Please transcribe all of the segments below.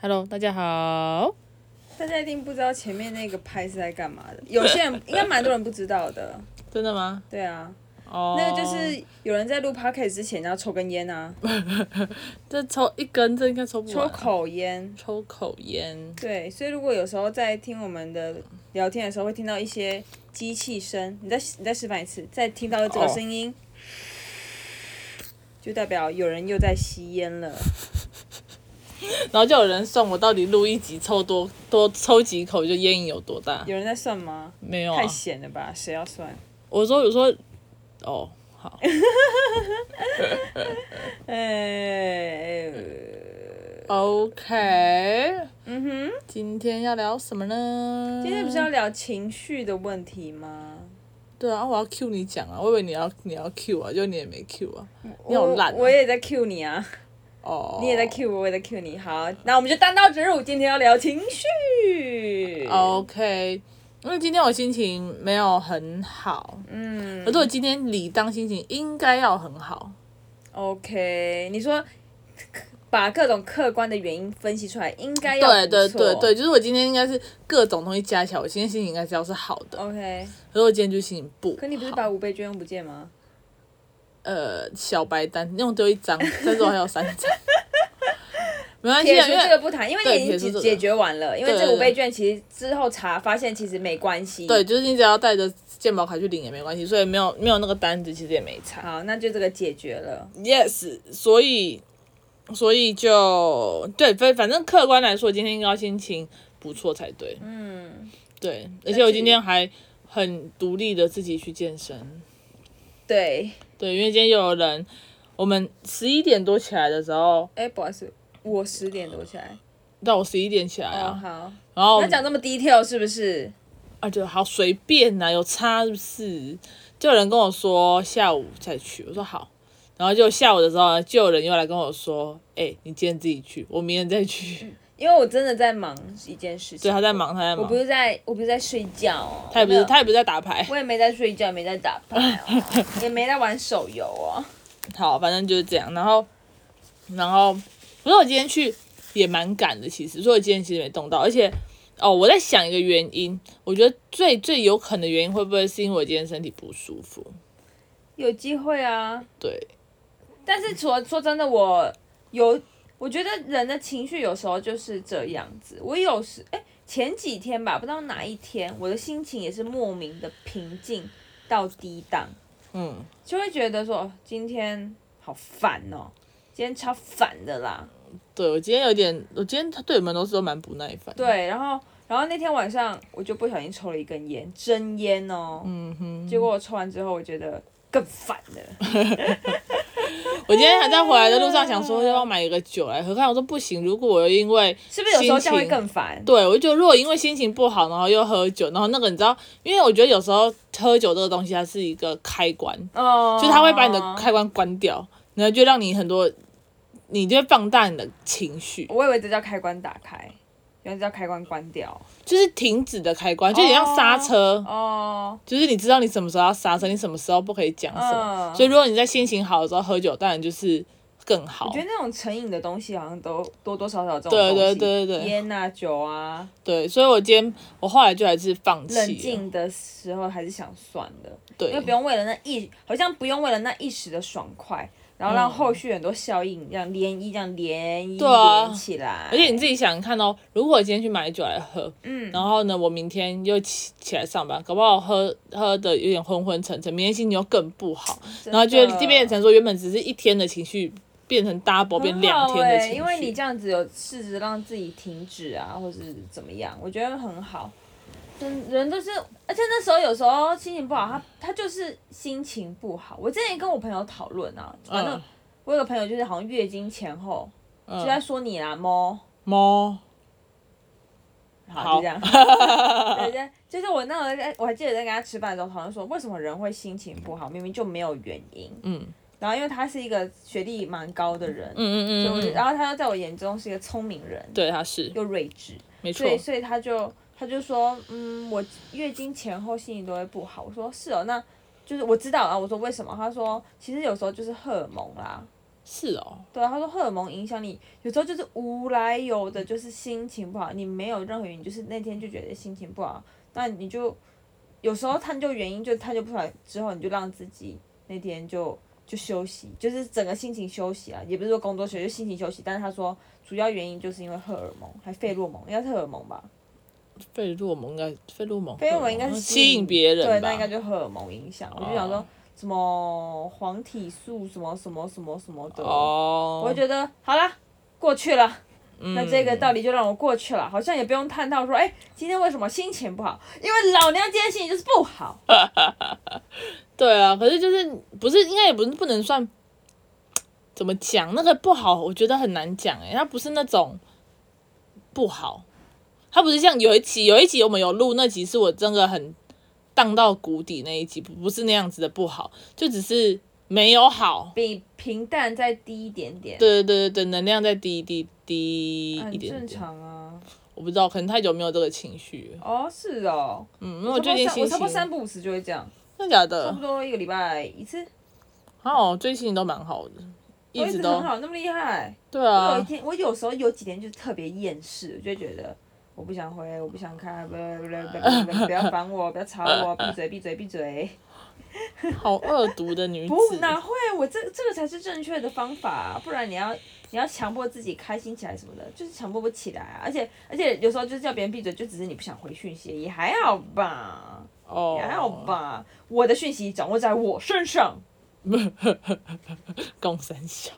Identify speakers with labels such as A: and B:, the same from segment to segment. A: Hello，大家好。
B: 大家一定不知道前面那个拍是在干嘛的，有些人应该蛮多人不知道的。
A: 真的吗？
B: 对啊，
A: 哦、
B: 那个就是有人在录 p o c a s t 之前要抽根烟啊，
A: 这抽一根，这应该抽不
B: 抽
A: 完。
B: 口烟。
A: 抽口烟，
B: 对，所以如果有时候在听我们的聊天的时候，会听到一些机器声，你再你再示范一次，再听到这个声音就代表有人又在吸烟了。
A: 然后就有人算我到底录一集抽多多抽几口，就烟瘾有多大？
B: 有人在算吗？
A: 没有啊
B: 太，闲了吧，谁要算？
A: 我说有时候，哦， 好，
B: 哎、
A: OK，
B: 嗯哼，
A: 今天要聊什么呢？
B: 今天不是要聊情绪的问题吗？
A: 对啊，我要 Q 你讲啊，我以为你要你要 Q 啊，就你也没 Q 啊，你好烂、啊
B: 我，我也在 Q 你啊，
A: 哦，
B: 你也在 Q 我，我也在 Q 你。好，那我们就单刀直入，今天要聊情绪。，
A: 哦 OK，因为今天我心情没有很好，
B: 嗯
A: 可是我今天理当心情应该要很好，
B: ，OK，你说把各种客观的原因分析出来，应该要
A: 对对
B: 不错
A: 对对，就是我今天应该是各种东西加起来，我今天心情应该是要是好的，
B: ，OK。
A: 可是我今天就心情不
B: 嗯可你不是
A: 好
B: 把五倍券用不见吗？
A: 呃小白单用丢一张，但是我还有三 张，没关系
B: 撇
A: 啊，
B: 除
A: 因
B: 这个
A: 为
B: 不谈，因为
A: 对
B: 你已
A: 撇除
B: 经
A: 这个
B: 解解决完了，因为
A: 对
B: 这
A: 对
B: 五倍券其实之后查发现其实没关系。
A: 对，，就是你只要带着健保卡去领也没关系，所以没有没有那个单子其实也没差。
B: 好，那就这个解决了。
A: Yes，所以所以就对，反反正客观来说，今天应该心情不错才对。
B: 嗯，
A: 对，而且我今天还很独立的自己去健身。
B: 对。
A: 对，因为今天又有人，我们十一点多起来的时候，
B: 哎、不好意思，我十点多起来。
A: 到我十一点起来
B: 哦，
A: 啊，
B: 好。
A: 然后
B: 要讲这么 detail 是不是？
A: 啊就好随便呐、有差是不是？就有人跟我说下午再去，我说好。然后就下午的时候呢，就有人又来跟我说：“哎、你今天自己去，我明天再去。
B: 因为我真的在忙一件事情。
A: 对，他在忙，他在
B: 嗯我，我
A: 忙
B: 不。是在，我不是在睡觉哦。
A: 他也不
B: 没
A: 是，
B: 有
A: 他也不是在打牌。
B: 我也没在睡觉，也没在打牌 哦，也没在玩手游哦。
A: 好，反正就是这样。然后，然后，不是我今天去也蛮赶的，其实，所以我今天其实没动到。而且，哦，我在想一个原因，我觉得最最有可能的原因会不会是因为我今天身体不舒服？
B: 有机会啊，
A: 对，
B: 但是说说真的，我有，我觉得人的情绪有时候就是这样子。我有时，哎、前几天吧，不知道哪一天，我的心情也是莫名的平静到低档，
A: 嗯，
B: 就会觉得说哦今天好烦哦，今天超烦的啦。
A: 对我今天有点，我今天对你们都是都蛮不耐烦。，
B: 对，然后然后那天晚上我就不小心抽了一根烟，真烟哦。
A: 嗯哼，
B: 结果我抽完之后，我觉得更烦 了。
A: 我今天还在回来的路上想说要不要买一个酒来喝，看我说不行，如果我因为
B: 是不是有时候
A: 心
B: 这样会
A: 情
B: 更烦？
A: 对，我就觉得如果因为心情不好，然后又喝酒，然后那个你知道，因为我觉得有时候喝酒这个东西它是一个开关，
B: 哦，
A: 就它会把你的开关关掉，然后就让你很多，你就会放大你的情绪，
B: 我以为这叫开关打开，原来这叫开关关掉。
A: 就是停止的开关，就有点像刹车，
B: 哦，
A: 就是你知道你什么时候要刹车，你什么时候不可以讲什么。
B: 嗯
A: 所以如果你在心情好的时候喝酒，当然就是更好
B: 我觉。得那种成瘾的东西好像都多多少少有这种
A: 对
B: 东西。
A: 对对对对
B: 烟啊酒啊，
A: 对，所以我今天我后来就还是放
B: 冷
A: 弃了，
B: 静的时候还是想算了。
A: 对
B: 因为，不用为了那一，好像不用为了那一时的爽快，然后让后续很多效应，这样涟漪，这样涟漪
A: 对啊
B: 连起来。
A: 而且你自己想想看哦，如果我今天去买酒来喝，
B: 嗯，
A: 然后呢，我明天又起起来上班，搞不好喝喝的有点昏昏沉沉，明天心情又更不好，
B: 真的
A: 然后就这变成说，原本只是一天的情绪，变成 double 变
B: 很
A: 两
B: 好
A: 天的
B: 欸
A: 情绪。
B: 因为你这样子有试着让自己停止啊，或是怎么样，我觉得很好。人人都是，而且那时候有时候心情不好，他他就是心情不好。我之前跟我朋友讨论啊，反正
A: 嗯
B: 我有个朋友就是好像月经前后、就在说你啦，猫。
A: 猫，
B: 好，
A: 好
B: 就这样。 对对，就是我那时候在，我还记得在跟他吃饭的时候讨论说，为什么人会心情不好，明明就没有原因。
A: 嗯
B: 然后因为他是一个学历蛮高的人，
A: 嗯
B: 所以我
A: 嗯
B: 就
A: 嗯嗯，
B: 然后他又在我眼中是一个聪明人，
A: 对，它是
B: 又睿智，
A: 没错
B: 所，以所以他就他就说，嗯，我月经前后心情都会不好。我说是哦，那就是我知道啊。我说为什么？他说其实有时候就是荷尔蒙啦，
A: 是哦，
B: 对啊，他说荷尔蒙影响你，有时候就是无来由的，就是心情不好，你没有任何原因，就是那天就觉得心情不好，那你就有时候探究原因就探究不出来，之后你就让自己那天就就休息，就是整个心情休息啊，也不是说工作休息，就心情休息。但是他说主要原因就是因为荷尔蒙，还费洛蒙，应该是荷尔蒙吧？
A: 费洛蒙应该费洛蒙，嗯
B: 费洛蒙应该是
A: 吸引别人吧
B: 对，
A: 哦
B: 那应该就荷尔蒙影响。我就想说什么黄体素什么什么什么什么的。
A: 哦，
B: 我觉得好了，过去了。那这个
A: 嗯
B: 道理就让我过去了，好像也不用探讨说，哎，今天为什么心情不好？因为老娘今天心情就是不好。
A: 对啊，可是就是不是应该也不是不能算，怎么讲那个不好，我觉得很难讲欸诶、它不是那种不好，它不是像有一期有一集我们有录那集是我真的很荡到谷底那一集，不不是那样子的不好，就只是没有好，
B: 比平淡再低一点点，
A: 对对对对对，能量再低低低一
B: 很
A: 点
B: 正
A: 点，
B: 常啊。
A: 我不知道，可能太久没有这个情绪了，
B: 哦，是哦，
A: 嗯，因为
B: 我
A: 最近
B: 差不多
A: 心
B: 三
A: 情呃
B: 我差不多三不五时就会这样，
A: 真的假
B: 差
A: 的
B: 不，多一个礼拜一次，
A: 哦，最近心情都蛮好的，
B: 我
A: 一直
B: 很
A: 都
B: 好，那么厉害。
A: 对
B: 我有一
A: 啊，
B: 天，我有时候有几天就是特别厌世，我就会觉得我不想回，我不想看，不不不不不，不要烦我，不要吵我，闭嘴闭嘴闭嘴。
A: 好恶毒的女子。
B: 不，哪会？我这这个才是正确的方法啊、不然你要你要强迫自己开心起来什么的，就是强迫不起来啊。而且而且有时候就是叫别人闭嘴，就只是你不想回讯息，也还好吧，
A: 哦
B: 也，还好吧。我的讯息掌握在我身上，
A: 共三小。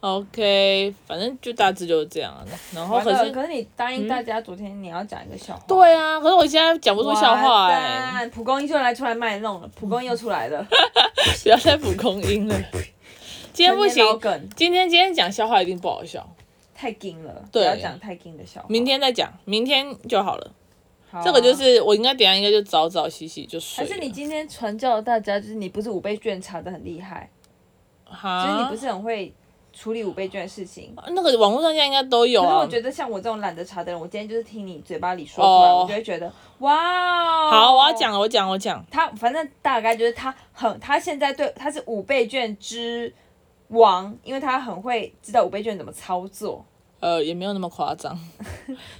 A: OK，反正就大致就是这样啊。然后
B: 完
A: 可
B: 了。
A: 是，嗯
B: 可是你答应大家昨天你要讲一个笑话，
A: 对啊，可是我现在讲不出笑话
B: 完
A: 哎、
B: 蛋蒲公英就来出来卖弄了，蒲公英又出来了，
A: 不要再补空音了。 今天不
B: 陈年
A: 行，
B: 老梗
A: 今天今天讲笑话一定不好笑，
B: 太硬了，
A: 对
B: 不要讲太硬的笑话。
A: 明天再讲，明天就好了。
B: 好啊啊
A: 这个就是我应该等一下应该就早早洗洗就睡
B: 还
A: 了。
B: 是你今天传教大家，就是你不是五倍卷查的很厉害，就是你
A: 哈
B: 不？是很会处理五倍卷的事情。
A: 那个网络上现在应该都有
B: 可是
A: 啊
B: 我。觉得像我这种懒得查的人，我今天就是听你嘴巴里说出来，
A: 哦
B: 我就会觉得哇哦。
A: 好，我要讲了，我讲，我讲。
B: 他，反正大概就是他很，他现在对他是五倍卷之王，因为他很会知道五倍卷怎么操作。
A: 呃，也没有那么夸张。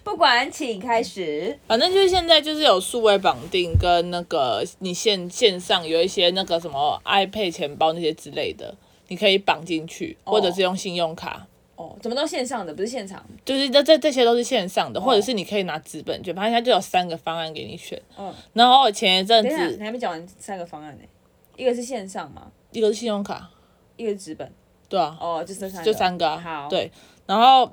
B: 不管，请开始。
A: 反正就是现在就是有数位绑定跟那个你线线上有一些那个什么 iPad 钱包那些之类的，你可以绑进去，或者是用信用卡，
B: 哦，怎么都线上的，不是现场。
A: 就是这这这些都是线上
B: 哦
A: 的，或者是你可以拿纸本卷，反正它就有三个方案给你选。
B: 嗯，
A: 然后我前一阵
B: 等一下，你
A: 子
B: 还没讲完三个方案呢、一个是线上嘛，
A: 一个是信用卡，
B: 一个是纸本。
A: 对啊，
B: 哦，就这三个。
A: 就三个、啊
B: 好，
A: 对。然后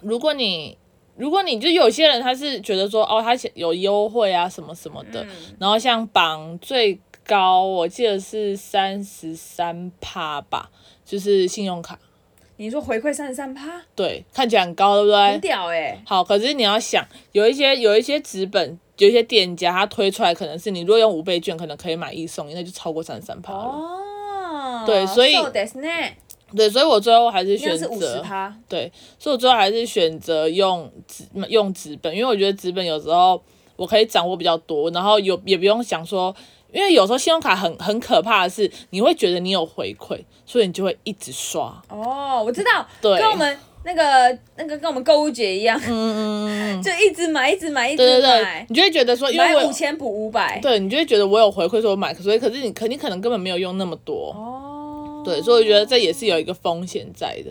A: 如果你如果你就有些人他是觉得说哦，他有优惠啊什么什么的，
B: 嗯
A: 然后像榜最高，我记得是三十三趴吧，就是信用卡，
B: 你说回馈三十三趴，
A: 对，看起来很高，对不
B: 很
A: 对？
B: 屌哎、
A: 好，可是你要想，有一些有一些纸本，有一些店家他推出来，可能是你如果用五倍券，可能可以买一送一，那就超过三十三趴了。
B: 哦，
A: 对所以
B: そうですね
A: 对，所以我最后还是
B: 一样
A: 选
B: 是五十
A: 择，
B: 趴，
A: 对，所以我最后还是选择用纸用纸本，因为我觉得纸本有时候我可以掌握比较多，然后有也不用想说，因为有时候信用卡很很可怕的是，你会觉得你有回馈，所以你就会一直刷。
B: 哦，我知道，
A: 对
B: 跟我们那个那个跟我们购物节一样，
A: 嗯，
B: 就一直买，一直买，一
A: 对对
B: 直
A: 对
B: 买，，
A: 你就会觉得说，因为我
B: 买
A: 有
B: 五千补五百，
A: 对你就会觉得我有回馈，所以我买，所以可是你可你可能根本没有用那么多。
B: 哦，
A: 对，所以我觉得这也是有一个风险在的。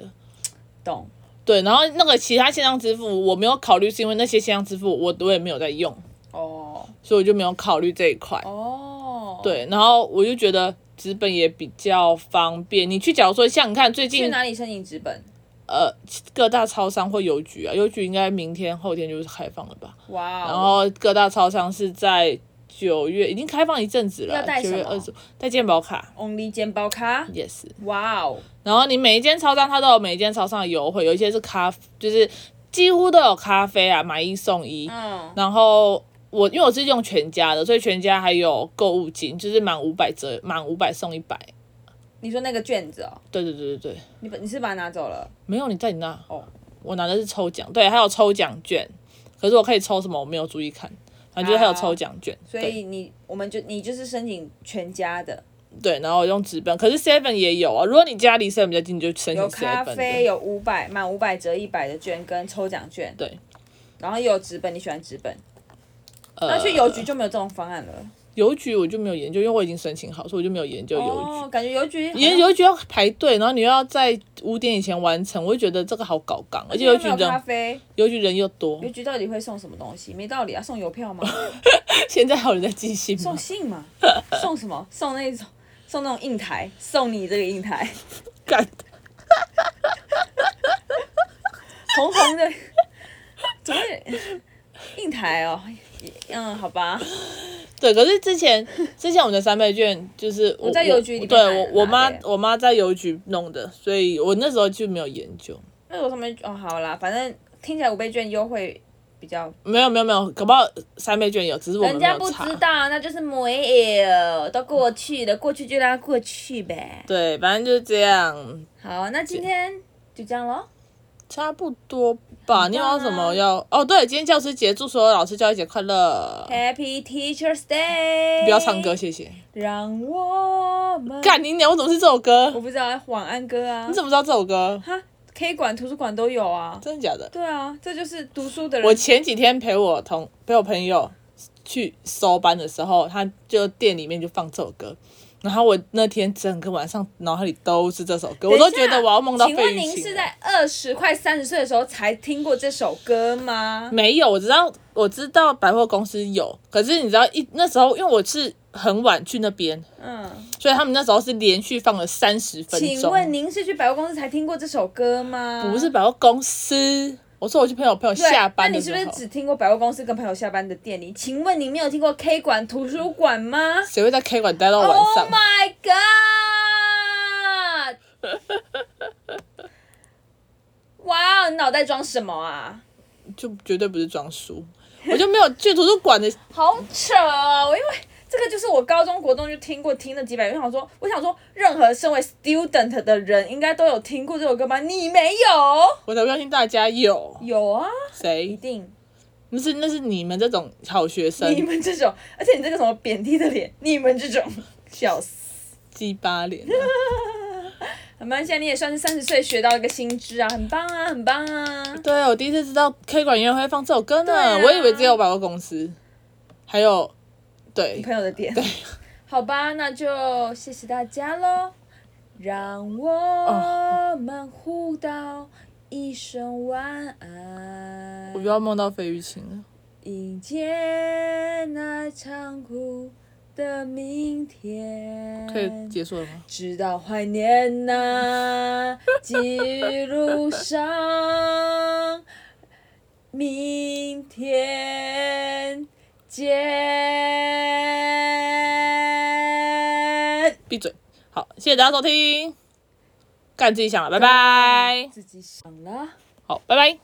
B: 懂，
A: 对，然后那个其他线上支付我没有考虑，是因为那些线上支付我我也没有在用，
B: 哦
A: 所以我就没有考虑这一块。
B: 哦，，
A: 对，然后我就觉得纸本也比较方便。你去，假如说像你看最
B: 去
A: 近
B: 哪里申请纸本？
A: 呃各大超商或邮局啊，邮局应该明天后天就是开放了吧？
B: 哇哦，
A: 然后各大超商是在九月已经开放一阵子了
B: 要带，
A: 九
B: 什么
A: 月二十带健保卡
B: only 健保卡，
A: ，yes。
B: 哇哦，
A: 然后你每一间超商它都有每一间超商的优惠，有一些是咖，就是几乎都有咖啡啊，买一送一。
B: 嗯，
A: 然后我因为我是用全家的，所以全家还有购物金，就是满五百折，满五百送一百。
B: 你说那个卷子哦，
A: 对对对对对，
B: 你把你是把它拿走了，
A: 没有你在你那
B: 哦，
A: 我拿的是抽奖，对，还有抽奖券，可是我可以抽什么我没有注意看，反正就是还有抽奖券，
B: 啊所
A: 对
B: 以你我们就你就是申请全家的，
A: 对，然后用纸本，可是 Seven 也有啊。如果你家离 Seven 比较近，你就申请
B: 有咖
A: Seven
B: 啡，
A: 的。
B: 有五百满五百折一百的券跟抽奖券，
A: 对，
B: 然后也有纸本，你喜欢纸本，
A: 呃
B: 那去邮局就没有这种方案了。
A: 邮局我就没有研究，因为我已经申请好，所以我就没有研究邮局。
B: 哦，感觉邮局好像
A: 因为邮局要排队，然后你又要在五点以前完成，我就觉得这个好搞纲，而且邮
B: 又
A: 局
B: 没有咖
A: 人
B: 啡，
A: 邮局人又多
B: 邮。局到底会送什么东西？没道理啊，送邮票吗？
A: 现在还有人在寄信吗
B: 送？信吗？送什么？送那种送那种印台，送你这个印台，
A: 干，
B: 红红的，怎么会印台哦？嗯，好吧，
A: 对，可是之 前之前我们的三倍券就是我
B: 在邮局里面
A: 对
B: 买
A: 我我妈
B: 拿的啊
A: 我妈在邮局弄的，所以我那时候就没有研究。
B: 那我上面哦，好啦，反正听起来五倍券优惠比较
A: 没有没有没有，搞不好三倍券有，只是我们
B: 人
A: 没
B: 家
A: 有
B: 不
A: 查。
B: 知道，那就是没有，都过去了，过去就让它过去呗。
A: 对，反正就是这样，
B: 好，那今天就这样咯。
A: 差不多吧。你有没有什
B: 啊
A: 么要？哦，对，今天教师节，祝所有老师教师节快乐！
B: Happy Teacher's Day！
A: 不要唱歌，，谢谢。
B: 让我们
A: 干你娘！我怎么是这首歌
B: 我？不知道晚安歌啊
A: 你，怎么知道这首歌？
B: 哈，K 馆、图书馆都有啊。
A: 真的假的？
B: 对啊，这就是读书的
A: 我
B: 人。
A: 前几天陪我同陪我朋友去收班的时候，他就店里面就放这首歌，然后我那天整个晚上脑海里都是这首歌，我都觉得我要梦到
B: 请
A: 费
B: 问
A: 玉
B: 您
A: 清
B: 是
A: 了。
B: 在二十快三十岁的时候才听过这首歌吗？
A: 没有，我知道我知道百货公司有，可是你知道一那时候因为我是很晚去那边，
B: 嗯，
A: 所以他们那时候是连续放了三十分
B: 请
A: 钟。
B: 问您是去百货公司才听过这首歌吗？
A: 不是百货公司？我说我去陪我朋友
B: 对
A: 下班的
B: 那你是
A: 时
B: 不
A: 候，
B: 是只听过百货公司跟朋友下班的店里？请问你没有听过 K 馆、图书馆吗
A: 谁会在 K 馆待到哦晚
B: ？Oh
A: 上？
B: my god！哇，你脑袋装什么啊？
A: 就绝对不是装书，我就没有去图书馆的。
B: 好扯哦！因为这个就是我高中国中就听过听了几百遍，我想说，我想说，任何身为 student 的人应该都有听过这首歌吧？你没有？
A: 我才不相信大家有
B: 有啊，一
A: 谁，
B: 定。
A: 那是那是你们这种好学
B: 你
A: 生
B: 们这种，而且你这个什么贬低的脸，你们这种，笑死。
A: 鸡巴脸啊、
B: 很棒，现在你也算是三十岁学到一个新知啊，很棒啊，很棒啊！
A: 对，我第一次知道 K 馆音乐会放这首歌呢，
B: 对啊
A: 我以为只有百货公司，还有对
B: 朋友的点，好吧，那就谢谢大家喽，让
A: 哦
B: 我们互道一声晚
A: 我
B: 安，
A: 又要梦到费玉清了。
B: 迎接那残酷的明天。
A: 可以结束了吗？
B: 直到怀念那记录上明天见。
A: 闭嘴。好，谢谢大家收听，干自己想了，拜拜。
B: 自己想了。
A: 好，拜拜。